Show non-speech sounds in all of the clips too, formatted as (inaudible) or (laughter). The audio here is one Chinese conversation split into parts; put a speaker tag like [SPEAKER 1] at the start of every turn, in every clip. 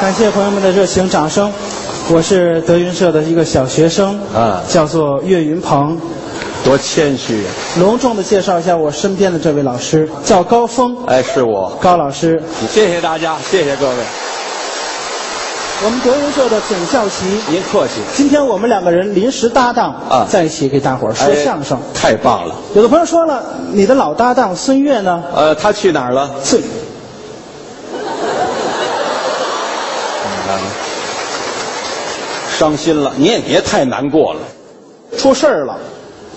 [SPEAKER 1] 感谢朋友们的热情掌声。我是德云社的一个小学生，
[SPEAKER 2] 啊
[SPEAKER 1] 叫做岳云鹏。
[SPEAKER 2] 多谦虚呀！
[SPEAKER 1] 隆重的介绍一下我身边的这位老师，叫高峰，
[SPEAKER 2] 哎，是我，
[SPEAKER 1] 高老师。
[SPEAKER 2] 谢谢大家，谢谢各位，
[SPEAKER 1] 我们德云社的总校旗。
[SPEAKER 2] 您客气。
[SPEAKER 1] 今天我们两个人临时搭档
[SPEAKER 2] 啊
[SPEAKER 1] 在一起给大伙儿说
[SPEAKER 2] 哎
[SPEAKER 1] 相声。
[SPEAKER 2] 太棒了。
[SPEAKER 1] 有的朋友说了，你的老搭档孙越呢？
[SPEAKER 2] 呃，他去哪儿了？
[SPEAKER 1] 孙
[SPEAKER 2] 伤心了，你也别太难过了。
[SPEAKER 1] 出事儿了。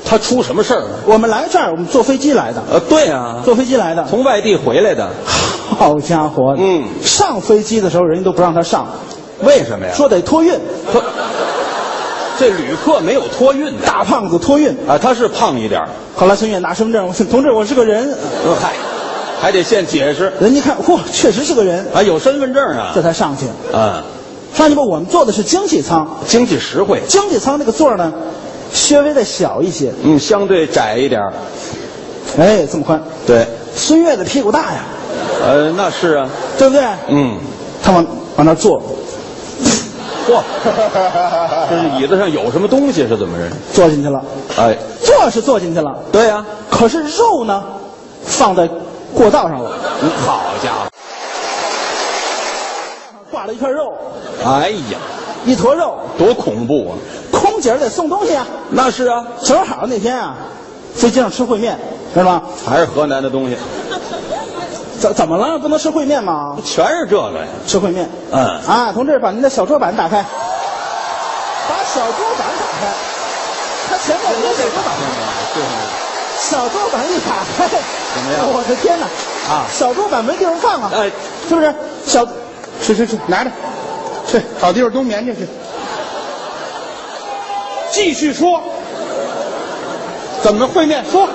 [SPEAKER 2] 他出什么事儿了？
[SPEAKER 1] 我们来这儿，我们坐飞机来的，
[SPEAKER 2] 呃，对啊，
[SPEAKER 1] 坐飞机来的。
[SPEAKER 2] 从外地回来的。
[SPEAKER 1] 好家伙，
[SPEAKER 2] 嗯
[SPEAKER 1] 上飞机的时候人家都不让他上，
[SPEAKER 2] 为什么呀？
[SPEAKER 1] 说得托运，
[SPEAKER 2] 说这旅客没有托运的
[SPEAKER 1] 大胖子托运。
[SPEAKER 2] 啊，他是胖一点儿。
[SPEAKER 1] 后来孙越拿身份证，我说同志，我是个人。
[SPEAKER 2] 呃嗨，还得现解释
[SPEAKER 1] 人家看，嚯，确实是个人，
[SPEAKER 2] 啊，有身份证啊
[SPEAKER 1] 这。才上去。
[SPEAKER 2] 嗯，
[SPEAKER 1] 上去吧，我们坐的是经济舱，
[SPEAKER 2] 经济实惠。
[SPEAKER 1] 经济舱那个座儿呢，稍微的小一些，
[SPEAKER 2] 嗯，相对窄一点儿。
[SPEAKER 1] 哎，这么宽。
[SPEAKER 2] 对，
[SPEAKER 1] 孙越的屁股大呀，
[SPEAKER 2] 呃，那是啊。
[SPEAKER 1] 对不对？
[SPEAKER 2] 嗯，
[SPEAKER 1] 他往往那儿坐，
[SPEAKER 2] 嚯， (laughs) 这是椅子上有什么东西是怎么着？
[SPEAKER 1] 坐进去了，
[SPEAKER 2] 哎，
[SPEAKER 1] 坐是坐进去了，
[SPEAKER 2] 对呀、
[SPEAKER 1] 可是肉呢，放在过道上了，
[SPEAKER 2] 你好家伙！
[SPEAKER 1] 挂了一块肉，
[SPEAKER 2] 哎呀，
[SPEAKER 1] 一坨肉。
[SPEAKER 2] 多恐怖啊！
[SPEAKER 1] 空姐儿得送东西啊。
[SPEAKER 2] 那是啊，
[SPEAKER 1] 正好那天啊，飞机上吃烩面，知道吗？
[SPEAKER 2] 还是河南的东西，
[SPEAKER 1] 怎怎么了？不能吃烩面吗？
[SPEAKER 2] 全是这个呀。
[SPEAKER 1] 吃烩面。
[SPEAKER 2] 嗯
[SPEAKER 1] 啊，同志，把您的小桌板打开，把小桌板打开。他前面有小桌板，小桌板一打开，怎
[SPEAKER 2] 么样
[SPEAKER 1] 我的天哪！
[SPEAKER 2] 啊
[SPEAKER 1] 小桌板没地方放啊，
[SPEAKER 2] 哎
[SPEAKER 1] 是不是？小，去去去，拿着，去找地方冬眠去去。继续说，
[SPEAKER 2] 怎么会面？
[SPEAKER 1] 说。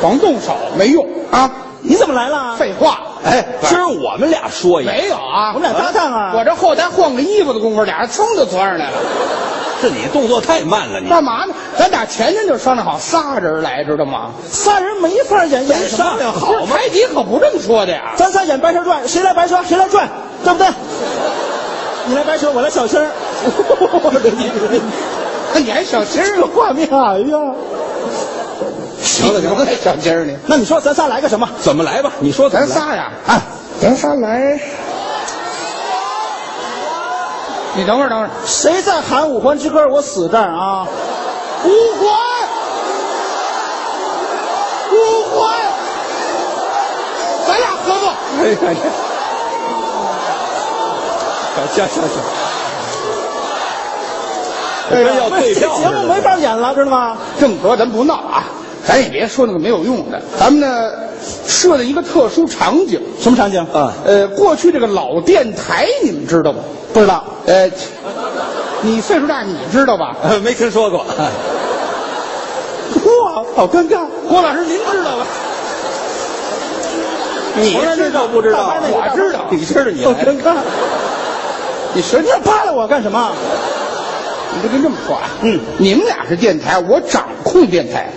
[SPEAKER 3] 甭动手，没用啊！
[SPEAKER 1] 你怎么来了？
[SPEAKER 3] 废话，
[SPEAKER 2] 哎，今儿我们俩说一个，
[SPEAKER 3] 没有啊，
[SPEAKER 1] 我们俩搭档啊
[SPEAKER 3] 我这后台换个衣服的功夫，俩人噌就窜上来了，
[SPEAKER 2] 是你动作太慢
[SPEAKER 1] 哎
[SPEAKER 2] 了，你
[SPEAKER 3] 干嘛呢？咱俩前天就商量好，仨人来，知道吗？
[SPEAKER 1] 仨人没法演，演什么
[SPEAKER 2] 商量好
[SPEAKER 3] 不是
[SPEAKER 2] 吗？
[SPEAKER 3] 台底可不这么说的呀！
[SPEAKER 1] 咱仨演白蛇传，谁来白蛇谁来转，对不对？你来白蛇，我来小星儿。我的天，
[SPEAKER 3] (laughs) 你还小鸡
[SPEAKER 1] 这个
[SPEAKER 3] 儿，
[SPEAKER 1] 画面，哎呀！
[SPEAKER 3] 行了行了，小鸡儿呢？
[SPEAKER 1] 那你说咱仨来个什么？
[SPEAKER 2] 怎么来吧？你说怎么
[SPEAKER 3] 咱
[SPEAKER 2] 来
[SPEAKER 3] 仨呀，
[SPEAKER 1] 啊，
[SPEAKER 3] 咱仨来。你等会儿，等会儿，
[SPEAKER 1] 谁再喊《五环之歌》，我死这儿啊！
[SPEAKER 3] 五环，五环，咱俩合作。
[SPEAKER 2] (laughs) 哎呀呀！行行行，我
[SPEAKER 1] 哎呀
[SPEAKER 2] 跟要退票
[SPEAKER 1] 这节目没法演了，知道吗？
[SPEAKER 3] 正格咱不闹啊，咱也别说那个没有用的。咱们呢，设了一个特殊场景。
[SPEAKER 1] 什么场景？
[SPEAKER 2] 啊
[SPEAKER 3] 呃，过去这个老电台你们知道吗？
[SPEAKER 1] 不知道。
[SPEAKER 3] 呃，你岁数大，你知道吧？
[SPEAKER 2] 呃 (laughs) 没听说过。
[SPEAKER 1] 哇，好尴尬！
[SPEAKER 3] 郭老师，您知道吧？
[SPEAKER 2] 你
[SPEAKER 3] 我说
[SPEAKER 2] 知
[SPEAKER 3] 知
[SPEAKER 2] 道
[SPEAKER 3] 道
[SPEAKER 2] 不知道？
[SPEAKER 1] 大班那个
[SPEAKER 3] 我知道
[SPEAKER 2] 你知道
[SPEAKER 1] (laughs)
[SPEAKER 2] 你
[SPEAKER 1] 好
[SPEAKER 2] 来
[SPEAKER 1] 尴尬！
[SPEAKER 3] 你神
[SPEAKER 1] 你
[SPEAKER 3] 经，
[SPEAKER 1] 扒拉我干什么？
[SPEAKER 3] 你就跟这么说啊？
[SPEAKER 1] 嗯，
[SPEAKER 3] 你们俩是电台，我掌控电台，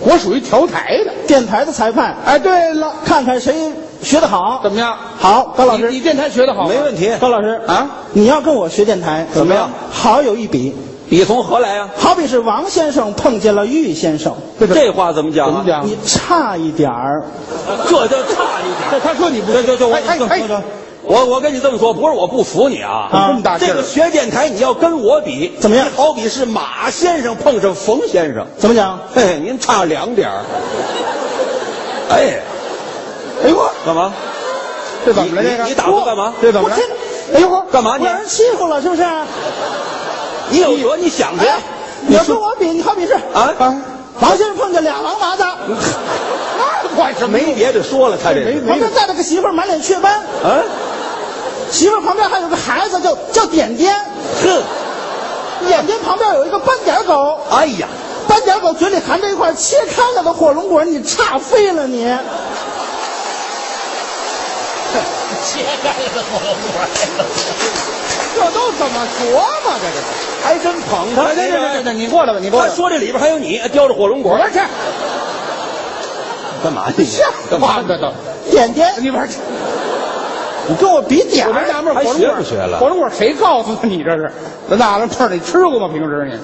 [SPEAKER 3] 我属于调台的。
[SPEAKER 1] 电台的裁判，
[SPEAKER 3] 哎，对了，
[SPEAKER 1] 看看谁学得好。
[SPEAKER 3] 怎么样？
[SPEAKER 1] 好，高老师，
[SPEAKER 3] 你你电台学的好吗，
[SPEAKER 2] 没问题。
[SPEAKER 1] 高老师
[SPEAKER 3] 啊，
[SPEAKER 1] 你要跟我学电台
[SPEAKER 2] 怎么样？
[SPEAKER 1] 好有一比，
[SPEAKER 2] 你从何来啊？
[SPEAKER 1] 好比是王先生碰见了玉先生，
[SPEAKER 3] 对对
[SPEAKER 2] 这话怎么讲啊？
[SPEAKER 3] 怎么讲啊
[SPEAKER 1] 你差一点儿。
[SPEAKER 2] 这就差一点。
[SPEAKER 3] 他说你不
[SPEAKER 2] 对对对，我
[SPEAKER 3] 哎哎
[SPEAKER 2] 我
[SPEAKER 3] 哎，
[SPEAKER 2] 我我跟你这么说，不是我不服你啊，
[SPEAKER 1] 啊
[SPEAKER 3] 这么大劲
[SPEAKER 2] 这
[SPEAKER 3] 儿
[SPEAKER 2] 个，学电台你要跟我比，
[SPEAKER 1] 怎么样
[SPEAKER 2] 好比是马先生碰上冯先生，
[SPEAKER 1] 怎么讲？
[SPEAKER 2] 嘿，您差两点儿。哎，
[SPEAKER 3] 哎呦，
[SPEAKER 2] 干嘛？
[SPEAKER 3] 这怎么了？
[SPEAKER 2] 你
[SPEAKER 3] 这个
[SPEAKER 2] 你打算干嘛
[SPEAKER 3] 这怎么了
[SPEAKER 1] 我？
[SPEAKER 3] 哎呦，
[SPEAKER 2] 干嘛你
[SPEAKER 1] 让？人欺负了是不是？
[SPEAKER 2] 你有辙，你想去
[SPEAKER 1] 哎，你要跟我比，你好比是
[SPEAKER 2] 啊？
[SPEAKER 3] 啊，
[SPEAKER 1] 王先生碰见俩王麻子，
[SPEAKER 3] 那管什么？
[SPEAKER 2] 没别的说了，他这
[SPEAKER 3] 没
[SPEAKER 2] 个
[SPEAKER 1] 旁边带了个媳妇儿，满脸雀斑，
[SPEAKER 2] 啊，
[SPEAKER 1] 媳妇儿旁边还有个孩子叫叫点点，
[SPEAKER 2] 哼，
[SPEAKER 1] 眼睛旁边有一个斑点狗，
[SPEAKER 2] 哎呀，
[SPEAKER 1] 斑点狗嘴里含着一块切开了的火龙果，你差飞了
[SPEAKER 2] (laughs)
[SPEAKER 1] 你。
[SPEAKER 3] 这都怎么琢磨的？这
[SPEAKER 2] 还真捧
[SPEAKER 3] 个，
[SPEAKER 2] 他。
[SPEAKER 1] 哎
[SPEAKER 2] 哎
[SPEAKER 3] 对对对对，你过来吧，你过
[SPEAKER 2] 他
[SPEAKER 3] 来。
[SPEAKER 2] 说这里边还有你哎叼着火龙果
[SPEAKER 3] 我，去，
[SPEAKER 2] 干嘛你
[SPEAKER 3] (laughs) 像话吗？这都，
[SPEAKER 1] 点点，
[SPEAKER 3] 你玩去，你跟我比点儿
[SPEAKER 2] 我没纳闷
[SPEAKER 3] 还
[SPEAKER 2] 火龙
[SPEAKER 3] 学
[SPEAKER 2] 果
[SPEAKER 3] 不学
[SPEAKER 2] 了
[SPEAKER 3] 火龙果谁告诉你这是？那大了泡你吃过吗？平时你？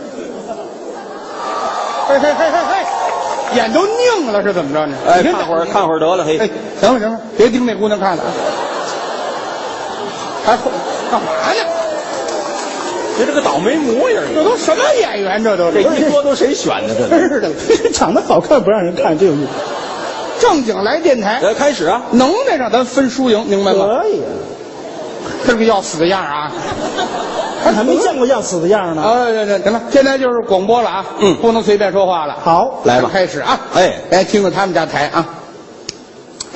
[SPEAKER 3] 嘿嘿嘿嘿嘿，眼都拧了是怎么着呢？
[SPEAKER 2] 哎，
[SPEAKER 3] 你
[SPEAKER 2] 看会儿
[SPEAKER 3] 你
[SPEAKER 2] 看会儿得了，嘿
[SPEAKER 3] 哎，，行了行了，别盯那姑娘看了啊。还会干嘛呢？
[SPEAKER 2] 你这个倒霉模样，啊
[SPEAKER 3] 这都什么演员？这都
[SPEAKER 2] 这
[SPEAKER 3] 是
[SPEAKER 2] 一桌都谁选的？这都
[SPEAKER 3] 真是的，
[SPEAKER 1] 长得好看不让人看，这有意思。
[SPEAKER 3] 正经来电台，
[SPEAKER 2] 来开始啊！
[SPEAKER 3] 能耐让咱分输赢，明白吗？
[SPEAKER 1] 可以，
[SPEAKER 3] 这个要死的样儿啊！
[SPEAKER 1] 他还没见过要死的样呢。
[SPEAKER 3] 啊，那那行了，现在就是广播了啊，
[SPEAKER 2] 嗯
[SPEAKER 3] 不能随便说话了。
[SPEAKER 1] 好，
[SPEAKER 2] 来吧
[SPEAKER 3] 开始啊！
[SPEAKER 2] 哎
[SPEAKER 3] 来听听他们家台啊。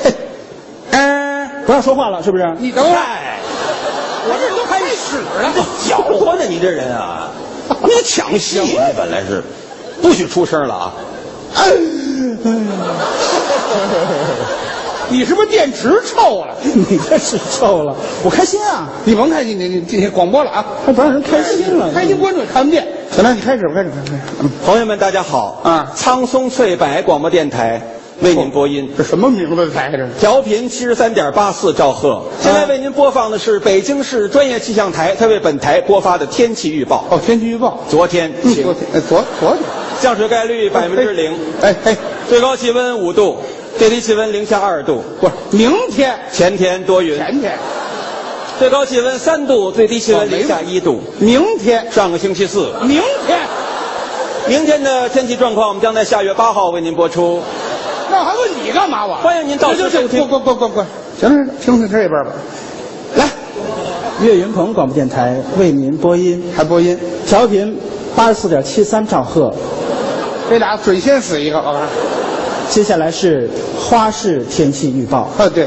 [SPEAKER 3] 嘿，哎，
[SPEAKER 1] 不让说话了，是不是？
[SPEAKER 3] 你等会
[SPEAKER 2] 哎
[SPEAKER 3] 儿，我这都开始了，
[SPEAKER 2] 搅和呢，你这人啊，你抢戏，你本来是不许出声了啊！
[SPEAKER 3] 你是不是电池臭了？
[SPEAKER 1] 你这是臭了，我开心啊，
[SPEAKER 3] 你甭开心，你你这广播了啊，
[SPEAKER 1] 还不让人开心了。
[SPEAKER 3] 开心关注看不见。行了，你开始吧，开始吧，开始吧。嗯
[SPEAKER 2] 朋友们，大家好
[SPEAKER 3] 啊
[SPEAKER 2] 苍松翠柏广播电台为您播音，
[SPEAKER 3] 这什么名字的台这是？
[SPEAKER 2] 调频七十三点八四兆赫。现在为您播放的是北京市专业气象台，它为本台播发的天气预报。
[SPEAKER 3] 哦，天气预报。
[SPEAKER 2] 昨天
[SPEAKER 3] 嗯
[SPEAKER 2] 晴
[SPEAKER 3] 昨，天，哎昨昨天，
[SPEAKER 2] 降水概率百分之零，
[SPEAKER 3] 哎嗯哎，
[SPEAKER 2] 最高气温五度，最低气温零下二度。
[SPEAKER 3] 不是明天，
[SPEAKER 2] 前天多云，
[SPEAKER 3] 前天，
[SPEAKER 2] 最高气温三度，最低气温零
[SPEAKER 3] 哦
[SPEAKER 2] 下一度。
[SPEAKER 3] 明天，
[SPEAKER 2] 上个星期四，
[SPEAKER 3] 明天，
[SPEAKER 2] 明天的天气状况，我们将在下月八号为您播出。
[SPEAKER 3] 那还问你干嘛我？
[SPEAKER 2] 欢迎您到
[SPEAKER 3] 这
[SPEAKER 2] 时
[SPEAKER 3] 这
[SPEAKER 2] 收
[SPEAKER 3] 这
[SPEAKER 2] 听
[SPEAKER 3] 滚滚滚滚，行了，行了听听这边吧。来，
[SPEAKER 1] 岳云鹏广播电台为您播音，
[SPEAKER 3] 还播音，
[SPEAKER 1] 调频八十四点七三兆赫。
[SPEAKER 3] 这俩准先死一个，我告诉你。
[SPEAKER 1] 接下来是花式天气预报，
[SPEAKER 3] 啊，对，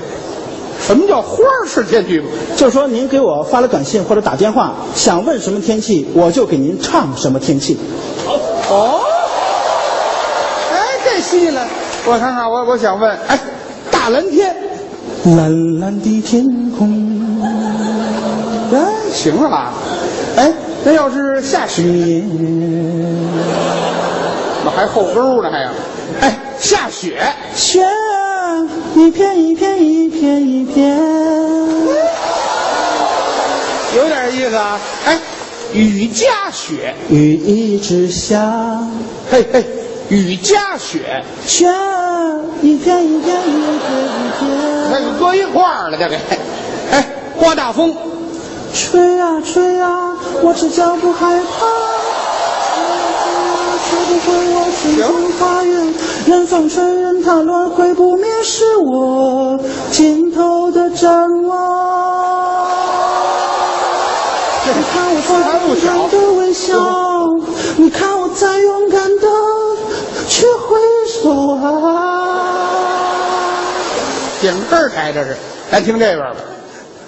[SPEAKER 3] 什么叫花儿式天气？
[SPEAKER 1] 就是说您给我发了短信或者打电话，想问什么天气，我就给您唱什么天气。
[SPEAKER 3] 哦，哎，这吸引了。我看看，我我想问，哎，大蓝天，
[SPEAKER 1] 蓝蓝的天空，
[SPEAKER 3] 哎，行了吧？哎，那要是下雪，
[SPEAKER 1] 雪
[SPEAKER 3] 怎么还后沟呢？还有，哎，下雪，
[SPEAKER 1] 雪啊，一片一片一片一片。
[SPEAKER 3] 有点意思啊。哎，雨夹雪，
[SPEAKER 1] 雨一直下，
[SPEAKER 3] 嘿嘿，雨夹雪，
[SPEAKER 1] 雪一片一片一片一
[SPEAKER 3] 那
[SPEAKER 1] 片，
[SPEAKER 3] 就搁一块儿了，这给。哎，刮大风，
[SPEAKER 1] 吹啊吹啊，我只脚不害怕。吹不回我心中花园，任风吹，任它乱，会不灭是我尽头的展望。你看我在勇敢的微笑，你看我在勇敢的去挥手啊。
[SPEAKER 3] 顶根儿抬这是。来听这边吧。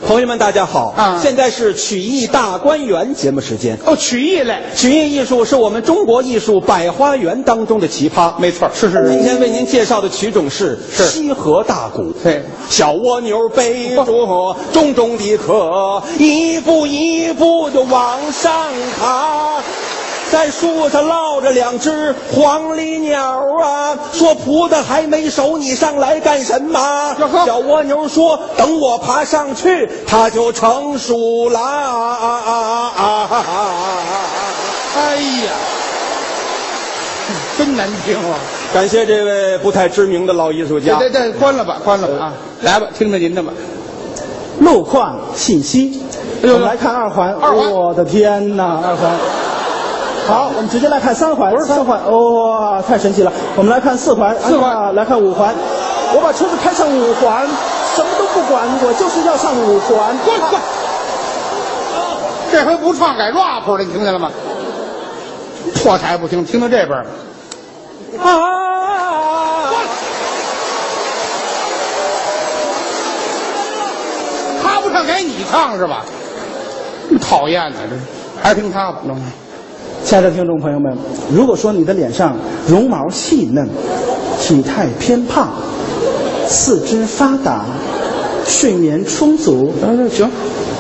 [SPEAKER 2] 朋友们，大家好
[SPEAKER 3] 啊
[SPEAKER 2] 现在是曲艺大观园节目时间。
[SPEAKER 3] 哦，曲艺类，
[SPEAKER 2] 曲艺艺术是我们中国艺术百花园当中的奇葩，
[SPEAKER 3] 没错
[SPEAKER 2] 是是。今天为您介绍的曲种是
[SPEAKER 3] 是
[SPEAKER 2] 西河大鼓，
[SPEAKER 3] 对
[SPEAKER 2] 小蜗牛背着重重的壳，一步一步就往上爬。在树上落着两只黄鹂鸟啊，说葡萄还没熟，你上来干什么
[SPEAKER 3] 哟？呵
[SPEAKER 2] 小蜗牛说：“等我爬上去，它就成熟啦。啊啊啊啊啊啊啊
[SPEAKER 3] 哎呀，真难听 (laughs) 啊！
[SPEAKER 2] 感谢这位不太知名的老艺术
[SPEAKER 3] 这
[SPEAKER 2] 家。
[SPEAKER 3] 这这关了吧，关了吧啊！来吧，听着您的吧。
[SPEAKER 1] 路况信息，
[SPEAKER 3] 哎呦
[SPEAKER 1] 我们来看二环，
[SPEAKER 3] 二环
[SPEAKER 1] 我的天呐，二环。好，我们直接来看三环，三环，哇、太神奇了！我们来看四环，
[SPEAKER 3] 四环
[SPEAKER 1] 哎呀来看五环。我把车子开上五环，什么都不管，我就是要上五环。
[SPEAKER 3] 滚滚！这回不唱改 rap 了，你听见了吗？破台不听，听到这边吧。
[SPEAKER 1] 啊
[SPEAKER 2] 啊！
[SPEAKER 3] 他不唱该你唱是吧？讨厌呢、这还是听他吧，能吗？
[SPEAKER 1] 亲爱的听众朋友们，如果说你的脸上绒毛细嫩，体态偏胖，四肢发达，睡眠充足，
[SPEAKER 3] 嗯，行，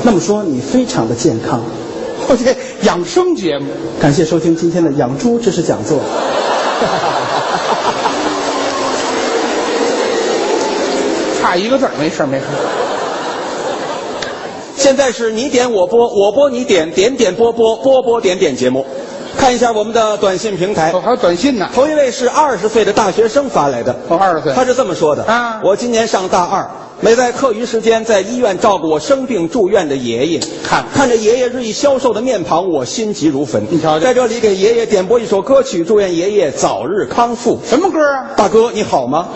[SPEAKER 1] 那么说你非常的健康。
[SPEAKER 3] 我这养生节目，
[SPEAKER 1] 感谢收听今天的养猪知识讲座。
[SPEAKER 3] 差一个字儿没事儿没事儿。
[SPEAKER 2] 现在是你点我播，我播你点，点点播播，播播点点节目。看一下我们的短信平台
[SPEAKER 3] 哦，，还有短信呢。
[SPEAKER 2] 头一位是二十岁的大学生发来的，
[SPEAKER 3] 哦，二十岁，
[SPEAKER 2] 他是这么说的：
[SPEAKER 3] 啊
[SPEAKER 2] 我今年上大二，没在课余时间在医院照顾我生病住院的爷爷。
[SPEAKER 3] 看
[SPEAKER 2] 看着爷爷日益消瘦的面庞，我心急如焚。
[SPEAKER 3] 你瞧瞧
[SPEAKER 2] 在这里给爷爷点播一首歌曲，祝愿爷爷早日康复。
[SPEAKER 3] 什么歌啊？
[SPEAKER 2] 大哥，你好吗？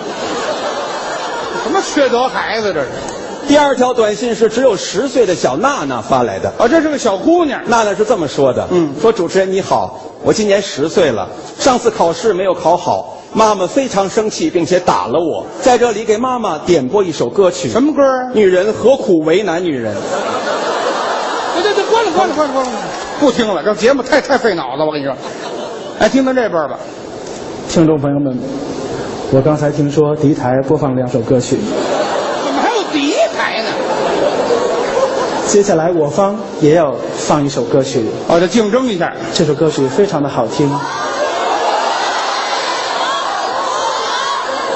[SPEAKER 3] 什么缺德孩子这是？
[SPEAKER 2] 第二条短信是只有十岁的小娜娜发来的。
[SPEAKER 3] 哦，这是个小姑娘。
[SPEAKER 2] 娜娜是这么说的：
[SPEAKER 3] 嗯
[SPEAKER 2] 说主持人你好，我今年十岁了，上次考试没有考好，妈妈非常生气，并且打了我。在这里给妈妈点播一首歌曲，
[SPEAKER 3] 什么歌啊？
[SPEAKER 2] 女人何苦为难女人？
[SPEAKER 3] 对对对，关了关了关了关了，不听了，这节目太太费脑子，我跟你说。哎，听听这边吧。
[SPEAKER 1] 听众朋友们，我刚才听说敌台播放两首歌曲，
[SPEAKER 3] 怎么还有敌台呢？
[SPEAKER 1] 接下来我方也要放一首歌曲，
[SPEAKER 3] 哦，这竞争一下。
[SPEAKER 1] 这首歌曲非常的好听。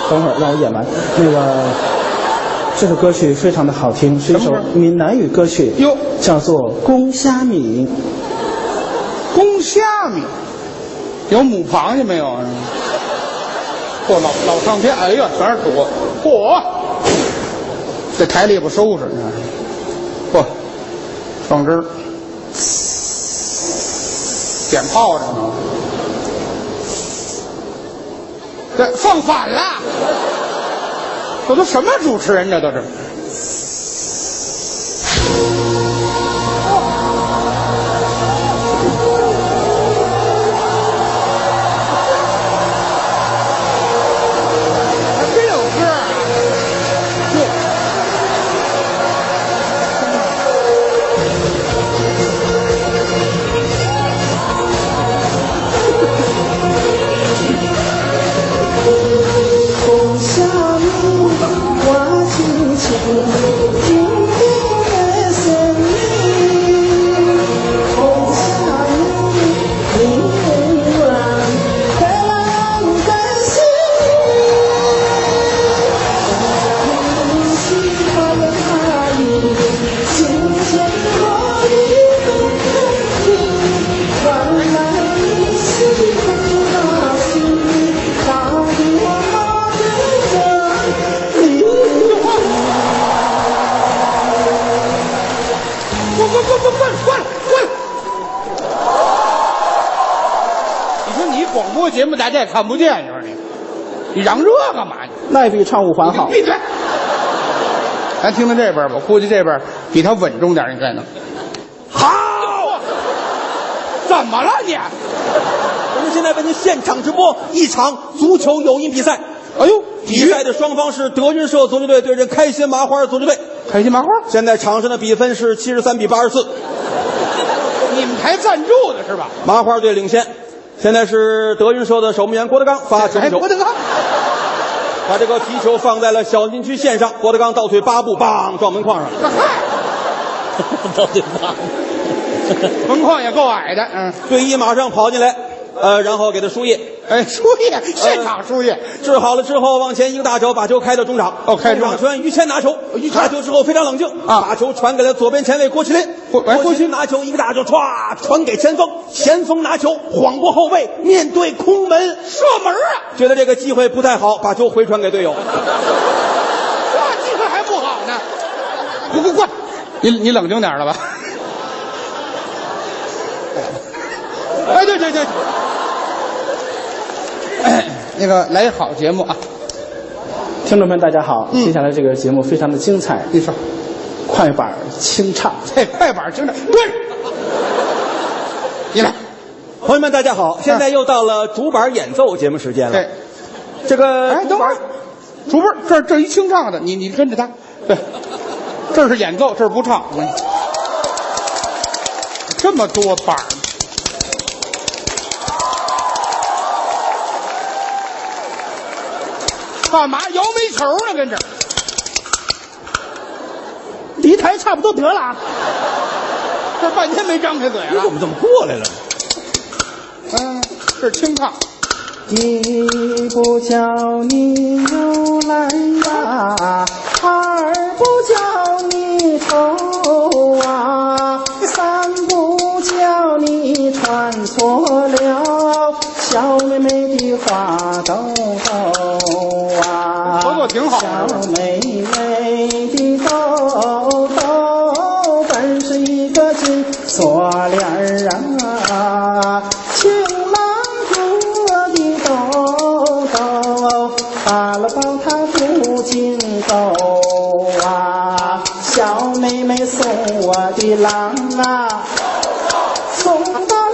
[SPEAKER 1] 等会儿让我演完那个。这首歌曲非常的好听，是一
[SPEAKER 3] 什
[SPEAKER 1] 首
[SPEAKER 3] 么歌
[SPEAKER 1] 闽南语歌曲，
[SPEAKER 3] 哟
[SPEAKER 1] 叫做《公虾米》。
[SPEAKER 3] 公虾米，有母螃蟹没有？啊嚯，老老上天，哎呀，全是土！嚯，这台里也不收拾，你看嚯，放汁儿，点炮着呢。这放反了，这都什么主持人？这都是。还真有歌儿啊！对，
[SPEAKER 4] 红霞路，我轻轻听你的声音。红霞路，你温暖的让我心里。喜欢的他已渐渐我已不能听。原来你是那心打给我的人，
[SPEAKER 3] 滚滚滚滚滚滚滚！你说你广播节目大家也看不见，你说你，你嚷这干嘛？你
[SPEAKER 1] 那比唱五环好
[SPEAKER 3] 你。闭嘴！咱啊哎听听这边吧，估计这边比他稳重点儿，应该能。好，怎么了你？哎
[SPEAKER 2] 我们现在为您现场直播一场足球友谊比赛，
[SPEAKER 3] 哎呦，
[SPEAKER 2] 比赛的双方是德云社足球队对阵开心麻花足球队。
[SPEAKER 3] 开心麻花，
[SPEAKER 2] 现在场上的比分是七十三比八十四，
[SPEAKER 3] 你们台赞助的是吧？
[SPEAKER 2] 麻花队领先。现在是德云社的守门员郭德纲发球
[SPEAKER 3] 哎，
[SPEAKER 2] 球
[SPEAKER 3] 郭，德纲，
[SPEAKER 2] 把这个皮球放在了小禁区线上，郭德纲倒退八步，梆撞门框上了。
[SPEAKER 3] 嗨，
[SPEAKER 2] 倒退八步。
[SPEAKER 3] 门框也够矮的，嗯。
[SPEAKER 2] 队医马上跑进来，呃，然后给他输液。
[SPEAKER 3] 哎，输液，现场输液，
[SPEAKER 2] 治好了之后，往前一个大手，把球开到中场。
[SPEAKER 3] 哦开中
[SPEAKER 2] 中
[SPEAKER 3] 场
[SPEAKER 2] 场圈，于谦拿球，于拿球之后非常冷静
[SPEAKER 3] 啊
[SPEAKER 2] 把球传给了左边前卫郭麒麟。
[SPEAKER 3] 郭哎郭麒麟
[SPEAKER 2] 拿球一个大球，歘传给前锋，前锋拿球晃过后卫，面对空门射门啊！觉得这个机会不太好，把球回传给队友。
[SPEAKER 3] 这机会还不好呢。滚滚滚！你你冷静点了吧？哎，对对对，哎那个来一好节目啊！
[SPEAKER 1] 听众朋友，大家好，
[SPEAKER 3] 嗯
[SPEAKER 1] 接下来这个节目非常的精彩，
[SPEAKER 3] 你说
[SPEAKER 1] 快板清唱。
[SPEAKER 3] 这快板听着，对，你来，
[SPEAKER 2] 朋友们，大家好，现在又到了主板演奏节目时间了
[SPEAKER 3] 啊对。，
[SPEAKER 2] 这个
[SPEAKER 3] 哎，
[SPEAKER 2] 主
[SPEAKER 3] 等会
[SPEAKER 2] 板
[SPEAKER 3] 儿，主播，这这一清唱的，你你跟着他，对，这是演奏，这是不唱，我这么多板儿。干嘛摇煤球呢？跟这儿
[SPEAKER 1] 离台差不多得了啊。
[SPEAKER 3] 这半天没张开嘴
[SPEAKER 2] 你哎
[SPEAKER 3] 了
[SPEAKER 2] 怎。么这么过来了？
[SPEAKER 3] 嗯，这是清唱。
[SPEAKER 1] 一不叫你又来呀，二不叫你头啊，
[SPEAKER 4] 小妹妹的花兜兜啊，
[SPEAKER 3] 合作挺好啊
[SPEAKER 4] 小妹妹的兜兜本是一个金锁链儿啊，情郎哥的兜兜打了包他不经兜啊，小妹妹送我的郎啊。送到